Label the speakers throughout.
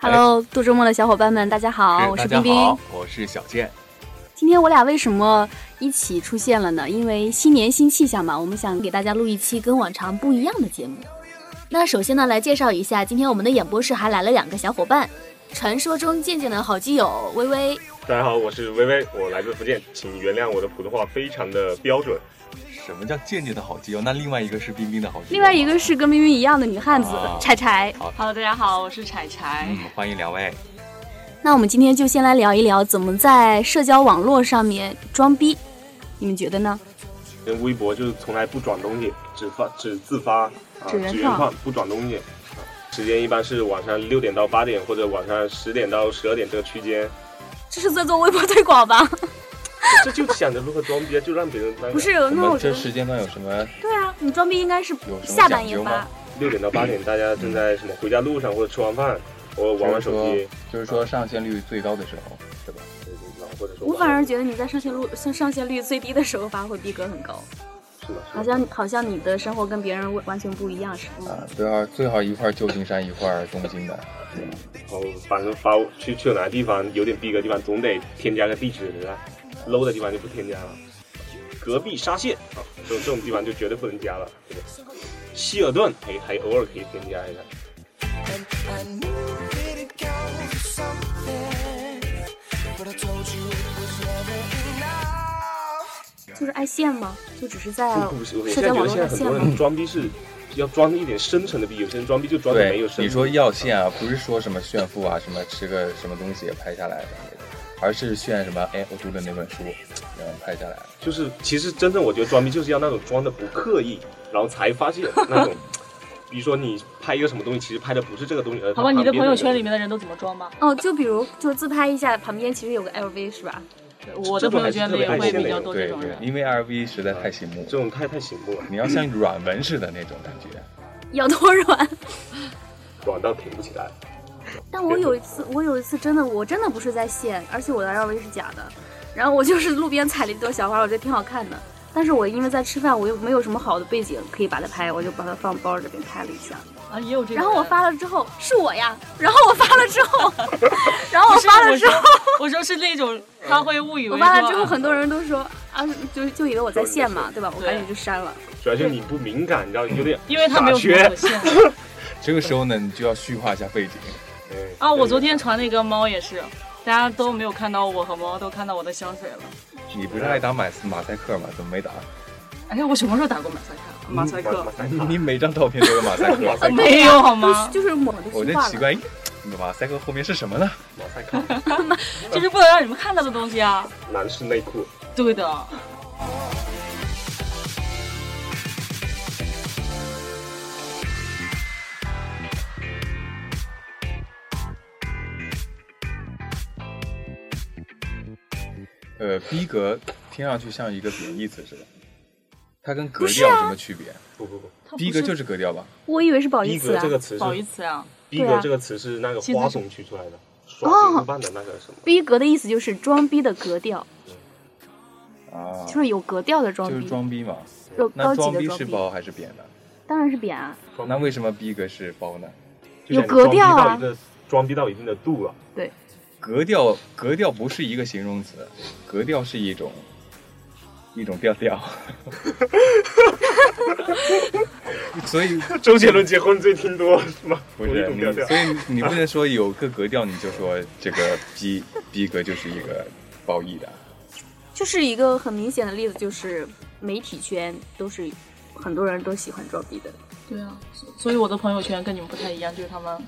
Speaker 1: Hello，度周末的小伙伴哎们，大家好，我
Speaker 2: 大
Speaker 1: 是
Speaker 2: 家
Speaker 1: 冰冰。
Speaker 2: 好，我是小健。
Speaker 1: 今天我俩为什么一起出现了呢？因为新年新气象嘛，我们想给大家录一期跟往常不一样的节目。
Speaker 3: 那首先呢，来介绍一下，今天我们的演播室还来了两个小伙伴，传说中健健的好基友微微，
Speaker 4: 大家好，我是微微，我来自福建，请原谅我的普通话非常的标准。
Speaker 2: 什么叫健健的好基友？那另外一个是冰冰的好基友吗。
Speaker 1: 另外一个是跟冰冰一样的女汉子
Speaker 2: 啊
Speaker 1: 柴柴。
Speaker 5: Hello，大家好，我是柴柴。
Speaker 2: 嗯，欢迎两位。
Speaker 1: 哦那我们今天就先来聊一聊怎么在社交网络上面装逼，你们觉得呢？
Speaker 4: 跟微博就是从来不转东西，只发只自发，啊、
Speaker 1: 只
Speaker 4: 只
Speaker 1: 原创
Speaker 4: 原创，不转东西。啊时间一般是晚上六点到八点，或者晚上十点到十二点这个区间。
Speaker 1: 这是在做微博推广吧？
Speaker 4: 这就想着如何装逼，啊，就让别人那个
Speaker 1: 不是，那我觉
Speaker 2: 这
Speaker 1: 得
Speaker 2: 时间段有什么
Speaker 1: 对啊，你装逼应该是
Speaker 2: 有什么
Speaker 1: 下半夜
Speaker 2: 讲究
Speaker 1: 发
Speaker 2: 吗。
Speaker 4: 六点到八点，大家正在什么回家路上或者吃完饭，我玩玩手机，
Speaker 2: 就是说上线率最高的时候，对吧？
Speaker 4: 然后或者说
Speaker 1: 我
Speaker 4: 玩
Speaker 1: 反而觉得你在上线路上上线率最低的时候发会逼格很高，
Speaker 4: 是的，
Speaker 1: 好像好像你的生活跟别人完完全不一样似的。
Speaker 2: 啊，最好最好一块旧金山，一块东京的。
Speaker 4: 然后反正发去去哪个地方有点逼格的地方，总得添加个地址对吧？low 的地方就不添加了。隔壁沙县啊，这种这种地方就绝对不能加了，对不对？希尔顿还还偶尔可以添加一下，
Speaker 6: I knew that it counted for something, but I told you it was never enough.
Speaker 1: 就是爱现吗？就只是在
Speaker 5: 呃
Speaker 4: 不不是，我
Speaker 1: 社
Speaker 4: 现在
Speaker 1: 交
Speaker 4: 觉
Speaker 1: 网
Speaker 4: 得
Speaker 1: 络
Speaker 4: 现在
Speaker 1: 上
Speaker 4: 很
Speaker 1: 现
Speaker 4: 多
Speaker 1: 吗？
Speaker 4: 人装逼是要装一点深层的逼，有些人装逼就装的没
Speaker 2: 对
Speaker 4: 有，深。
Speaker 2: 你说要现啊，不是说什么炫富啊，什么吃个什么东西拍下来的那种，而是炫什么？哎，我读的那本书，然后拍下来。
Speaker 4: 就是其实真正我觉得装逼就是要那种装的不刻意，然后才发现 那种。比如说你拍一个什么东西，其实拍的不是这个东西，而
Speaker 5: 好吧，你
Speaker 4: 旁
Speaker 5: 的
Speaker 4: 边
Speaker 5: 朋
Speaker 4: 那
Speaker 5: 友
Speaker 4: 个
Speaker 5: 圈里面的人都怎么装吧？
Speaker 1: 哦，就比如就是自拍一下，旁边其实有个 LV 是吧？
Speaker 5: 我的朋友圈里也会比较多
Speaker 1: 哦
Speaker 2: 对
Speaker 5: 这种
Speaker 2: 对，
Speaker 5: 人。
Speaker 2: 因为 RV 实在太醒目了，
Speaker 4: 这种太太醒目了，
Speaker 2: 你要像软文似的那种感觉。
Speaker 1: 有多软？
Speaker 4: 软到挺不起来。
Speaker 1: 但我有一次，我有一次真的，我真的不是在线，而且我的 LV 是假的。然后我就是路边采了一朵小花，我觉得挺好看的。但是我因为在吃饭，我又没有什么好的背景可以把它拍，我就把它放包这边拍了一下。
Speaker 5: 啊，也有这种
Speaker 1: 然
Speaker 5: 人。
Speaker 1: 后我发了之后是我呀，然后我发了之 后，然后
Speaker 5: 不
Speaker 1: 我
Speaker 5: 是
Speaker 1: 发了
Speaker 5: 我
Speaker 1: 之
Speaker 5: 说
Speaker 1: 后，
Speaker 5: 我说是那种他会误以为
Speaker 1: 我发了
Speaker 5: 说
Speaker 1: 之后，
Speaker 5: 啊
Speaker 1: 很多人都说啊，就就以为我在线嘛，对吧？我赶紧就删了。
Speaker 4: 主要就是你不敏感，你知道，有点
Speaker 5: 因为他没有
Speaker 4: 傻
Speaker 5: 什么
Speaker 4: 缺
Speaker 5: 可。炫
Speaker 2: 这个时候呢，你就要虚化一下背景。
Speaker 4: 嗯
Speaker 5: 啊。我昨天传那个猫也是，大家都没有看到我和猫，都看到我的香水了。
Speaker 2: 你不是爱打马斯马赛克吗？怎么没打？
Speaker 5: 哎呀，我什么时候打过马赛克？马赛克
Speaker 4: 马赛
Speaker 2: 你
Speaker 4: 克
Speaker 2: 你每张照片都有马赛克。
Speaker 1: 嗯
Speaker 4: 克
Speaker 5: 没有好
Speaker 1: 就
Speaker 5: 吗
Speaker 1: 是？就是抹的
Speaker 2: 我
Speaker 1: 虚
Speaker 2: 真
Speaker 1: 化
Speaker 2: 奇
Speaker 1: 了。
Speaker 2: 怪，咦马赛克后面是什么呢？
Speaker 4: 马赛 克，
Speaker 5: 就是不能让你们看到的东西啊。
Speaker 4: 男士内裤，
Speaker 5: 对的，
Speaker 2: 呃，逼格听上去像一个贬义词似的，它跟格
Speaker 1: 不是
Speaker 2: 调
Speaker 1: 啊
Speaker 2: 有什么区别？
Speaker 4: 不不不，
Speaker 2: 逼格就是格调吧？
Speaker 1: 我以为是褒义
Speaker 4: 逼
Speaker 1: 词
Speaker 4: 格
Speaker 1: 啊
Speaker 4: 这。个词
Speaker 5: 不好意
Speaker 4: 是
Speaker 5: 思啊。
Speaker 4: 逼格这个词是那个花总取出来的，耍
Speaker 1: 哦
Speaker 4: 金办的那个什么，
Speaker 1: 逼格的意思就是装逼的格调，
Speaker 2: 啊，
Speaker 1: 就是有格调的装
Speaker 2: 就是
Speaker 1: 逼，
Speaker 2: 装逼嘛。
Speaker 1: 有
Speaker 2: 那
Speaker 1: 高级
Speaker 2: 装
Speaker 1: 的
Speaker 2: 逼
Speaker 1: 装
Speaker 2: 是
Speaker 1: 逼。
Speaker 2: 包还是贬的？
Speaker 1: 当然是贬啊，
Speaker 2: 那为什么逼格是包呢？
Speaker 4: 就是
Speaker 1: 有格调啊
Speaker 4: 装逼到一个装逼到一定的度啊了，
Speaker 2: 格调格调不是一个形容词，格调是一种一种调调。 所以
Speaker 4: 周杰伦结婚最听多是吗？
Speaker 2: 不
Speaker 4: 同一
Speaker 2: 是
Speaker 4: 种
Speaker 2: 你，
Speaker 4: 调调
Speaker 2: 所以你不能说有个格调，你就说这个逼逼格就是一个褒义的。
Speaker 1: 就是一个很明显的例子，就是媒体圈都是很多人都喜欢装逼的，
Speaker 5: 对啊，所以我的朋友圈跟你们不太一样，就是他们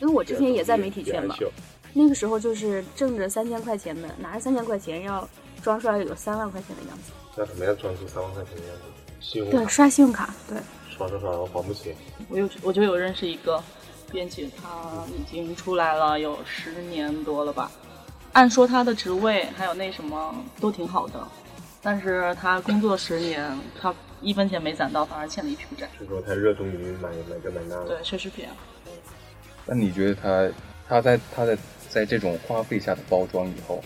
Speaker 1: 因为我之前也在媒体圈嘛
Speaker 4: 也，也
Speaker 1: 那个时候就是挣着三千块钱的，拿着三千块钱要装出来有三万块钱的样子，
Speaker 4: 还秀那怎么样装出三万块钱的样子？
Speaker 5: 啊
Speaker 4: 信用
Speaker 1: 对，
Speaker 4: 卡
Speaker 1: 刷信用卡，对，
Speaker 4: 刷刷刷还不起，
Speaker 5: 我有我就有认识一个编辑，他已经出来了有十年多了吧。按说他的职位还有那什么都挺好的，但是他工作十年，他一分钱没攒到，反而欠了一屁股债。
Speaker 4: 就说他热衷于买买这买那了，
Speaker 5: 对，奢侈品啊，
Speaker 2: 那你觉得他他在他在在这种花费下的包装以后，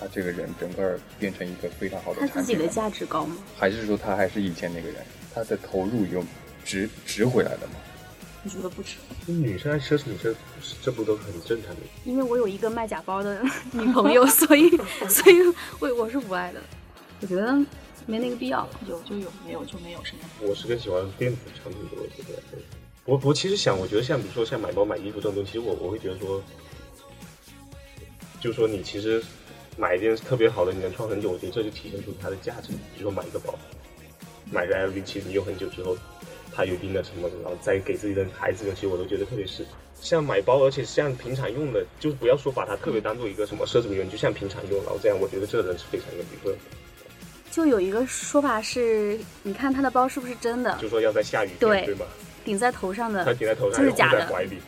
Speaker 2: 他这个人整个儿变成一个非常好的
Speaker 1: 他自
Speaker 2: 产
Speaker 1: 己
Speaker 2: 品
Speaker 1: 的
Speaker 2: 了吗，
Speaker 1: 价值高吗？
Speaker 2: 还是说他还是以前那个人？他的投入有值值回来的吗？
Speaker 5: 我觉得不值。
Speaker 4: 女生爱奢侈，女生这不都是很正常的？
Speaker 1: 因为我有一个卖假包的 女朋友，所 以所以我我是不爱的，我觉得没那个必要。
Speaker 5: 有就有，没有就没有，是吗？
Speaker 4: 我是更喜欢电子产品的，我觉得。我我其实想，我觉得像比如说像买包、买衣服这种东西，其实我我会觉得说，就说你其实买一件特别好的，你能穿很久，我觉得这就体现出它的价值。比如说买一个包，买个 LV，其实你用很久之后，它有一定的成本，然后再给自己的孩子用，其实我都觉得特别是像买包，而且像平常用的，就是不要说把它特别当做一个什么奢侈品用，就像平常用，然后这样，我觉得这人是非常有一个，
Speaker 1: 就有一个说法是，你看他的包是不是真的，
Speaker 4: 就说要在下雨天
Speaker 1: 对
Speaker 4: 对吗？
Speaker 1: 顶在头上
Speaker 4: 它
Speaker 1: 的，
Speaker 4: 顶在头上，
Speaker 1: 这
Speaker 4: 然
Speaker 1: 是
Speaker 4: 后
Speaker 1: 假
Speaker 4: 护在
Speaker 1: 的
Speaker 4: 怀里。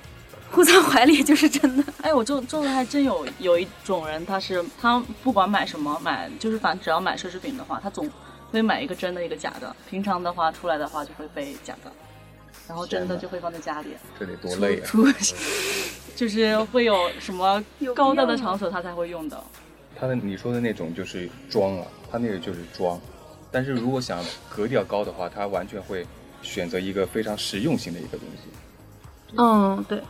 Speaker 1: 护在怀里就是真的。
Speaker 5: 哎，我就就是还真有有一种人，他是他不管买什么买，就是反正只要买奢侈品的话，他总会买一个真的，一个假的。平常的话出来的话就会被假的，然后真的就会放在家里。
Speaker 2: 这得多累啊！
Speaker 5: 出出 就是会有什么
Speaker 1: 有必
Speaker 5: 高
Speaker 1: 要
Speaker 5: 档的
Speaker 1: 吗
Speaker 5: 场所他才会用的。
Speaker 2: 他的你说的那种就是装啊，他那个就是装，但是如果想格调高的话，他完全会选择一个非常实用性的一个东西。
Speaker 1: 嗯， 对，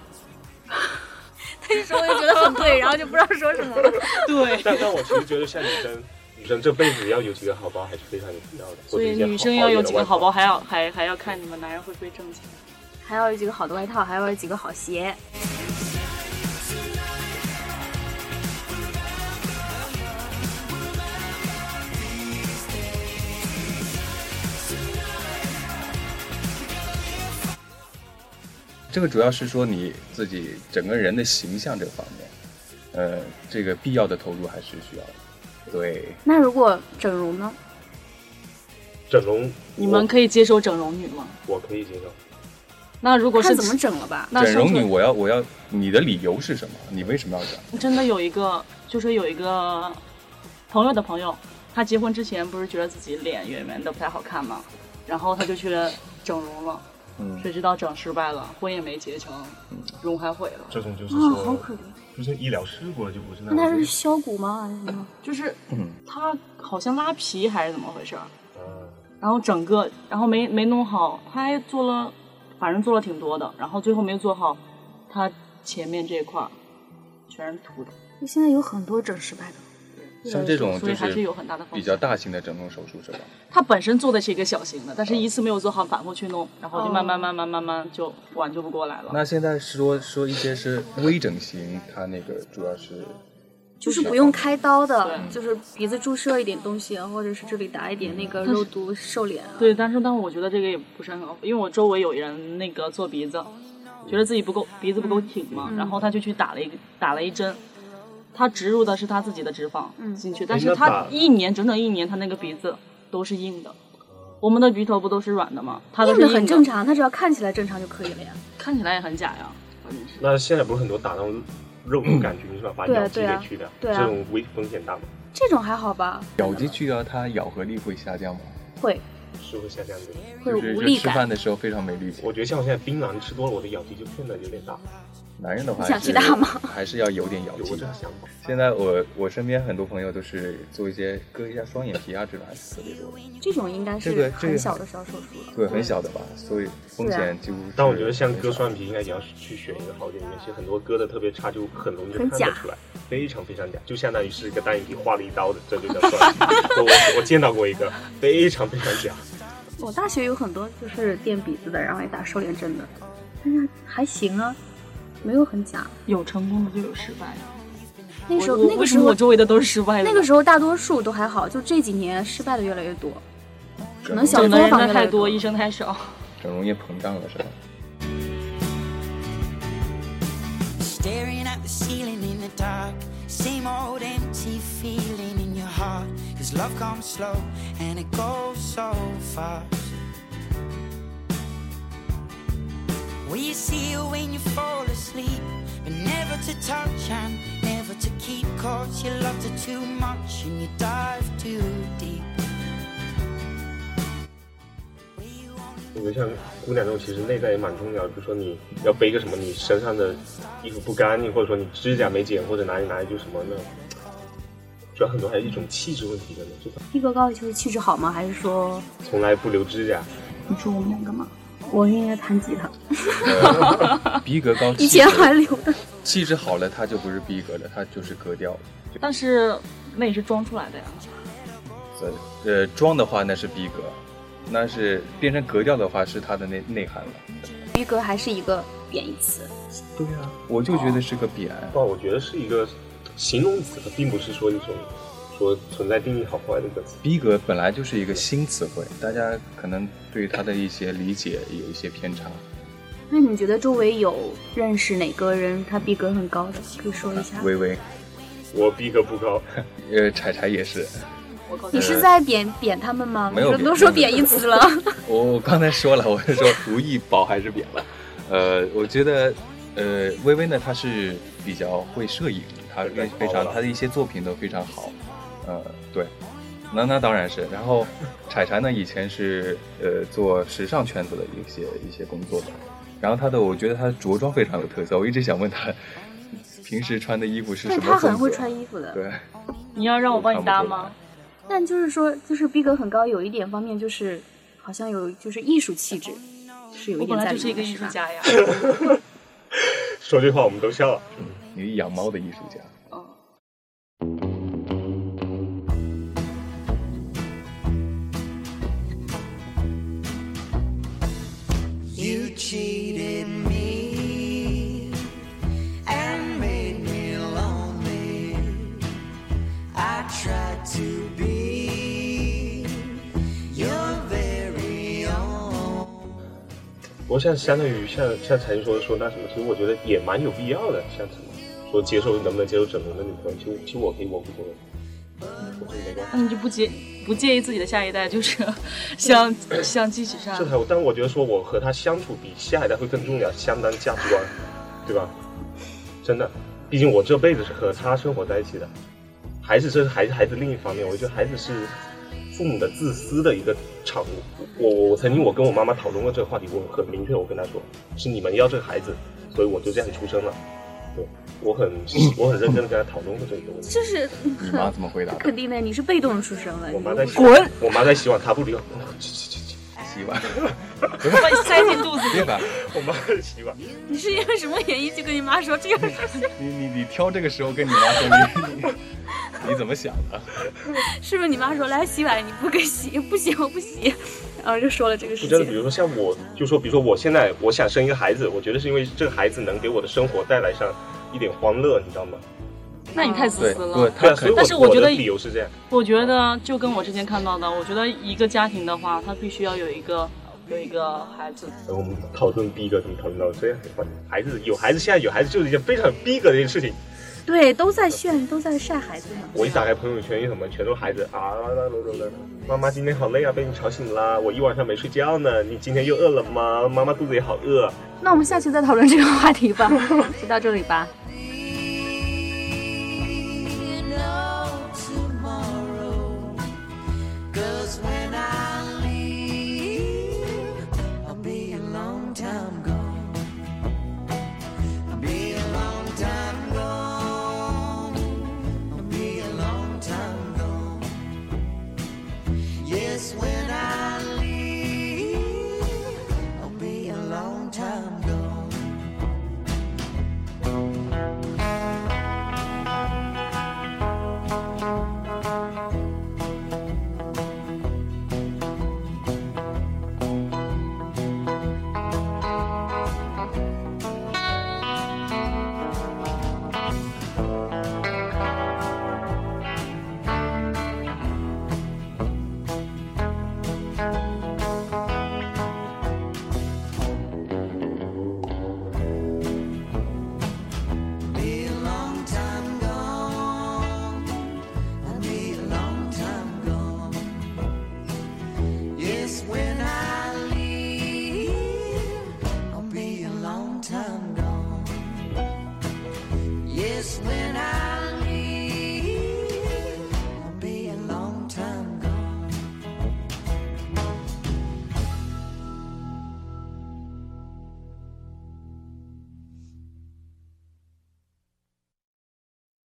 Speaker 3: 他一说我就觉得很对，然后就不知道说什么了。
Speaker 5: 对，
Speaker 4: 但但我其实觉得像女生，女生这辈子要有几个好包还是非常有必要的。
Speaker 5: 所以女生要有几个好包，，还要还还要看你们男人会不会挣钱。
Speaker 1: 还要有几个好的外套，还要有几个好鞋。
Speaker 2: 这个主要是说你自己整个人的形象这方面，呃，这个必要的投入还是需要的。对，
Speaker 1: 那如果整容呢？
Speaker 4: 整容
Speaker 5: 你们可以接受整容女吗？
Speaker 4: 我我可以接受，
Speaker 5: 那如果是
Speaker 1: 看怎么整了吧。
Speaker 5: 那
Speaker 2: 整容
Speaker 5: 生
Speaker 2: 你
Speaker 5: 存
Speaker 2: 我要我要你的理由是什么？你为什么要整？
Speaker 5: 真的有一个，就说有一个朋友的朋友，他结婚之前不是觉得自己脸圆圆的不太好看嘛，然后他就去整容了，
Speaker 2: 嗯，
Speaker 5: 谁知道整失败了，婚也没结成，容还毁了。
Speaker 4: 这种
Speaker 2: 哦
Speaker 4: 就是
Speaker 1: 啊，好可怜！
Speaker 4: 就是医疗事故了，就不是
Speaker 1: 那他是削骨吗？还是什么？
Speaker 5: 就是
Speaker 2: 嗯
Speaker 5: 他好像拉皮还是怎么回事儿，
Speaker 4: 啊
Speaker 5: 然后整个然后没没弄好，他还做了，反正做了挺多的，然后最后没做好，他前面这一块儿全是凸的，
Speaker 1: 现在有很多整失败的。
Speaker 2: 像这种
Speaker 5: 所
Speaker 2: 就
Speaker 5: 以还是有很大的风险
Speaker 2: 比较大型的整容手术是吧？
Speaker 5: 他本身做的是一个小型的，但是一次没有做好，反复去弄，然后就慢慢慢慢慢慢就挽救不过来了。
Speaker 2: 那现在说说一些是微整形，它那个主要是
Speaker 1: 就是不用开刀的，
Speaker 5: 对
Speaker 1: 就是鼻子注射一点东西啊，或者是这里打一点那个肉毒瘦脸啊。
Speaker 5: 对，但是但是我觉得这个也不是很好，因为我周围有人那个做鼻子，觉得自己不够鼻子不够挺嘛，
Speaker 1: 嗯
Speaker 5: 然后他就去打了一个打了一针，他植入的是他自己的脂肪
Speaker 1: 嗯
Speaker 5: 进去，但是
Speaker 4: 那
Speaker 5: 他
Speaker 4: 打
Speaker 5: 一年整整一年，他那个鼻子都是硬的。我们的鼻头不都是软的吗？他都
Speaker 1: 硬
Speaker 5: 是
Speaker 1: 的
Speaker 5: 硬
Speaker 1: 很正，常，他只要看起来正常就可以了呀。
Speaker 5: 看起来也很假呀。关键是
Speaker 4: 那现在不是很多打那种肉毒杆菌是吧？把
Speaker 1: 对啊
Speaker 4: 咬肌
Speaker 1: 对
Speaker 4: 给
Speaker 1: 啊
Speaker 4: 去掉，
Speaker 1: 对啊
Speaker 4: 这种危风险大吗？
Speaker 1: 这种还好吧？
Speaker 2: 咬进去啊，它咬合力会下降吗？
Speaker 1: 会
Speaker 4: 是会下降的。
Speaker 1: 会
Speaker 2: 就是
Speaker 1: 无
Speaker 2: 就
Speaker 1: 力
Speaker 2: 吃
Speaker 1: 感。
Speaker 2: 饭的时候非常没力气。
Speaker 4: 我觉得像我现在槟榔吃多了，我的咬肌就变得有点大，
Speaker 2: 男人的话
Speaker 1: 你想
Speaker 2: 是
Speaker 1: 去大吗
Speaker 2: 还是要有点咬
Speaker 4: 有
Speaker 2: 劲
Speaker 4: 过这
Speaker 2: 的
Speaker 4: 个。想法。
Speaker 2: 现在我我身边很多朋友都是做一些割一下双眼皮啊，这种还是特别多的，
Speaker 1: 这种应该
Speaker 2: 这个
Speaker 1: 是
Speaker 2: 这
Speaker 1: 很
Speaker 2: 个
Speaker 1: 小的时候手术了。
Speaker 2: 对，很小的吧，所以风险几乎是。
Speaker 4: 但我觉
Speaker 1: 嗯
Speaker 4: 得像割双眼皮应该也要去选一个好点的，其实很多割的特别差，就很容易就
Speaker 1: 很
Speaker 4: 看
Speaker 1: 假
Speaker 4: 得出来，非常非常假，就相当于是一个单眼皮划了一刀的，这就叫双眼皮。 我我见到过一个非常非常假，
Speaker 1: 我大学有很多就是垫鼻子的，然后也打瘦脸针的，但是还行啊，没有很假。
Speaker 5: 有成功的就有失败的。
Speaker 1: 那时候
Speaker 5: 我我
Speaker 1: 那个
Speaker 5: 为什
Speaker 1: 时
Speaker 5: 么
Speaker 1: 候
Speaker 5: 我周围的都是失败的？
Speaker 1: 那个时候大多数都还好，就这几年失败的越来越多，可能小
Speaker 5: 整的
Speaker 1: 作
Speaker 5: 人
Speaker 1: 坊越来
Speaker 5: 太
Speaker 1: 越
Speaker 5: 多，医生太少。
Speaker 2: 整容业膨胀了是吧？
Speaker 6: Staring at the ceiling in the dark. Same old empty feeling in your heart. Cause love comes slow and it goes so fast. Will you see you when you fall asleep? But never to touch and never to keep. Cause you loved her too much and you dive too deep. Will you only
Speaker 4: 我觉得像姑娘这种其实内在也蛮重要的，比如说你要背个什么，你身上的衣服不干净，或者说你指甲没剪，或者哪里哪里就什么那种，主要很多还是一种气质问题的呢，就
Speaker 1: 逼格高就是气质好吗？还是说
Speaker 4: 从来不留指甲，
Speaker 5: 你说我们两个嘛，
Speaker 1: 我应该弹吉他，
Speaker 2: 呃逼格高，
Speaker 1: 以
Speaker 2: 气
Speaker 1: 前还
Speaker 2: 质
Speaker 1: 留的。
Speaker 2: 气质好了，他就不是逼格了，他就是格调了。
Speaker 5: 但是那也是装出来的呀。
Speaker 2: 所以呃，装的话那是逼格，那是变成格调的话是他的内内涵了。
Speaker 1: 逼格还是一个贬义词，
Speaker 2: 对啊，我就觉得是个贬。
Speaker 4: 哇，我觉得是一个形容词，并不是说一种说存在定义好坏的一个词。
Speaker 2: 逼格本来就是一个新词汇，大家可能对它的一些理解有一些偏差。
Speaker 1: 那你觉得周围有认识哪个人他逼格很高的，可以说一下？
Speaker 2: 微微，
Speaker 4: 我逼格不高，
Speaker 2: 呃，柴柴也是，
Speaker 5: 我告诉
Speaker 1: 你是在贬贬他们吗？
Speaker 2: 没有
Speaker 1: 你
Speaker 2: 贬
Speaker 1: 都说贬义词了，
Speaker 2: 我我刚才说了，我是 说无意薄还是扁了。呃，我觉得，呃，微微呢，她是比较会摄影，她非非常，她的一些作品都非常好。呃，对，那那当然是。然 后，柴柴呢，以前是呃做时尚圈子的一些一些工作的。然后她的，我觉得她的着装非常有特色，我一直想问她， 平时穿的衣服是
Speaker 1: 但
Speaker 2: 什
Speaker 1: 是
Speaker 2: 么风
Speaker 1: 他
Speaker 2: 格？
Speaker 1: 很会穿衣服的。
Speaker 2: 对，
Speaker 5: 你要让我帮你搭吗？
Speaker 1: 但就是说，就是逼格很高，有一点方面就是好像有就是艺术气质，是有
Speaker 5: 我
Speaker 1: 一
Speaker 5: 本
Speaker 1: 点在
Speaker 5: 来
Speaker 1: 里面
Speaker 5: 就是一个艺
Speaker 1: 是
Speaker 5: 术
Speaker 1: 吧
Speaker 5: 家呀。
Speaker 4: 说这话我们都笑了。
Speaker 2: 你养猫的艺术家。
Speaker 6: You cheated me and made me lonely. I tried to be your very own.
Speaker 4: 不过像相当于像像才说的说那什么，其实我觉得也蛮有必要的。像什么说接受能不能接受整容的女朋友，其实其实我可以我无所谓，我觉得没关系。
Speaker 5: 嗯那你就不介不介意自己的下一代就是 像像积 极上
Speaker 4: 这才我，但我觉得说我和他相处比下一代会更重要，相当价值观，对吧？真的，毕竟我这辈子是和他生活在一起的。孩子，这是孩子，孩子另一方面，我觉得孩子是父母的自私的一个产物。我我我曾经我跟我妈妈讨论过这个话题，我很明确，我跟她说是你们要这个孩子，所以我就这样出生了。对，我很我很认真的跟她讨论过这个问题。
Speaker 1: 这是
Speaker 2: 你妈怎么回答的？
Speaker 1: 肯定的，你是被动出生的。
Speaker 4: 我
Speaker 1: 你
Speaker 4: 妈
Speaker 1: 又
Speaker 4: 在
Speaker 1: 不
Speaker 4: 洗
Speaker 1: 是
Speaker 4: 碗，我妈在洗碗，她不理我。去去去去
Speaker 2: 洗 碗，
Speaker 5: 把你塞进肚子里
Speaker 2: 别。管。
Speaker 4: 我妈在洗碗。
Speaker 1: 你是因为什么原因去跟你妈说这 个事情？
Speaker 2: 你你你挑这个时候跟你妈说你你你怎么想的？
Speaker 1: 是不是你妈说来洗碗你不给洗， 不洗我不洗，然后就说了这个事
Speaker 4: 是真的，比
Speaker 1: 情。
Speaker 4: 如说像我，就说比如说我现在我想生一个孩子，我觉得是因为这个孩子能给我的生活带来上一点欢乐，你知道吗？
Speaker 5: 那你太自
Speaker 2: 对，
Speaker 5: 私
Speaker 2: 不，
Speaker 5: 了。
Speaker 4: 对
Speaker 2: 他
Speaker 4: 啊，所
Speaker 2: 肯
Speaker 4: 以我
Speaker 5: 但是我觉得
Speaker 4: 的理由是这样，
Speaker 5: 我觉得就跟我之前看到的，我觉得一个家庭的话，他必须要有一个有一个孩子。
Speaker 4: 呃我们讨论逼格，怎么讨论到这样的话题？孩子有孩子，现在有孩子就是一件非常逼格的一件事情。
Speaker 1: 对，都在炫，都在晒孩子呢。
Speaker 4: 我一打开朋友圈，一什么全都是孩子啊，妈妈今天好累啊，被你吵醒啦，我一晚上没睡觉呢，你今天又饿了吗？妈妈肚子也好饿。
Speaker 1: 那我们下期再讨论这个话题吧，就到这里吧。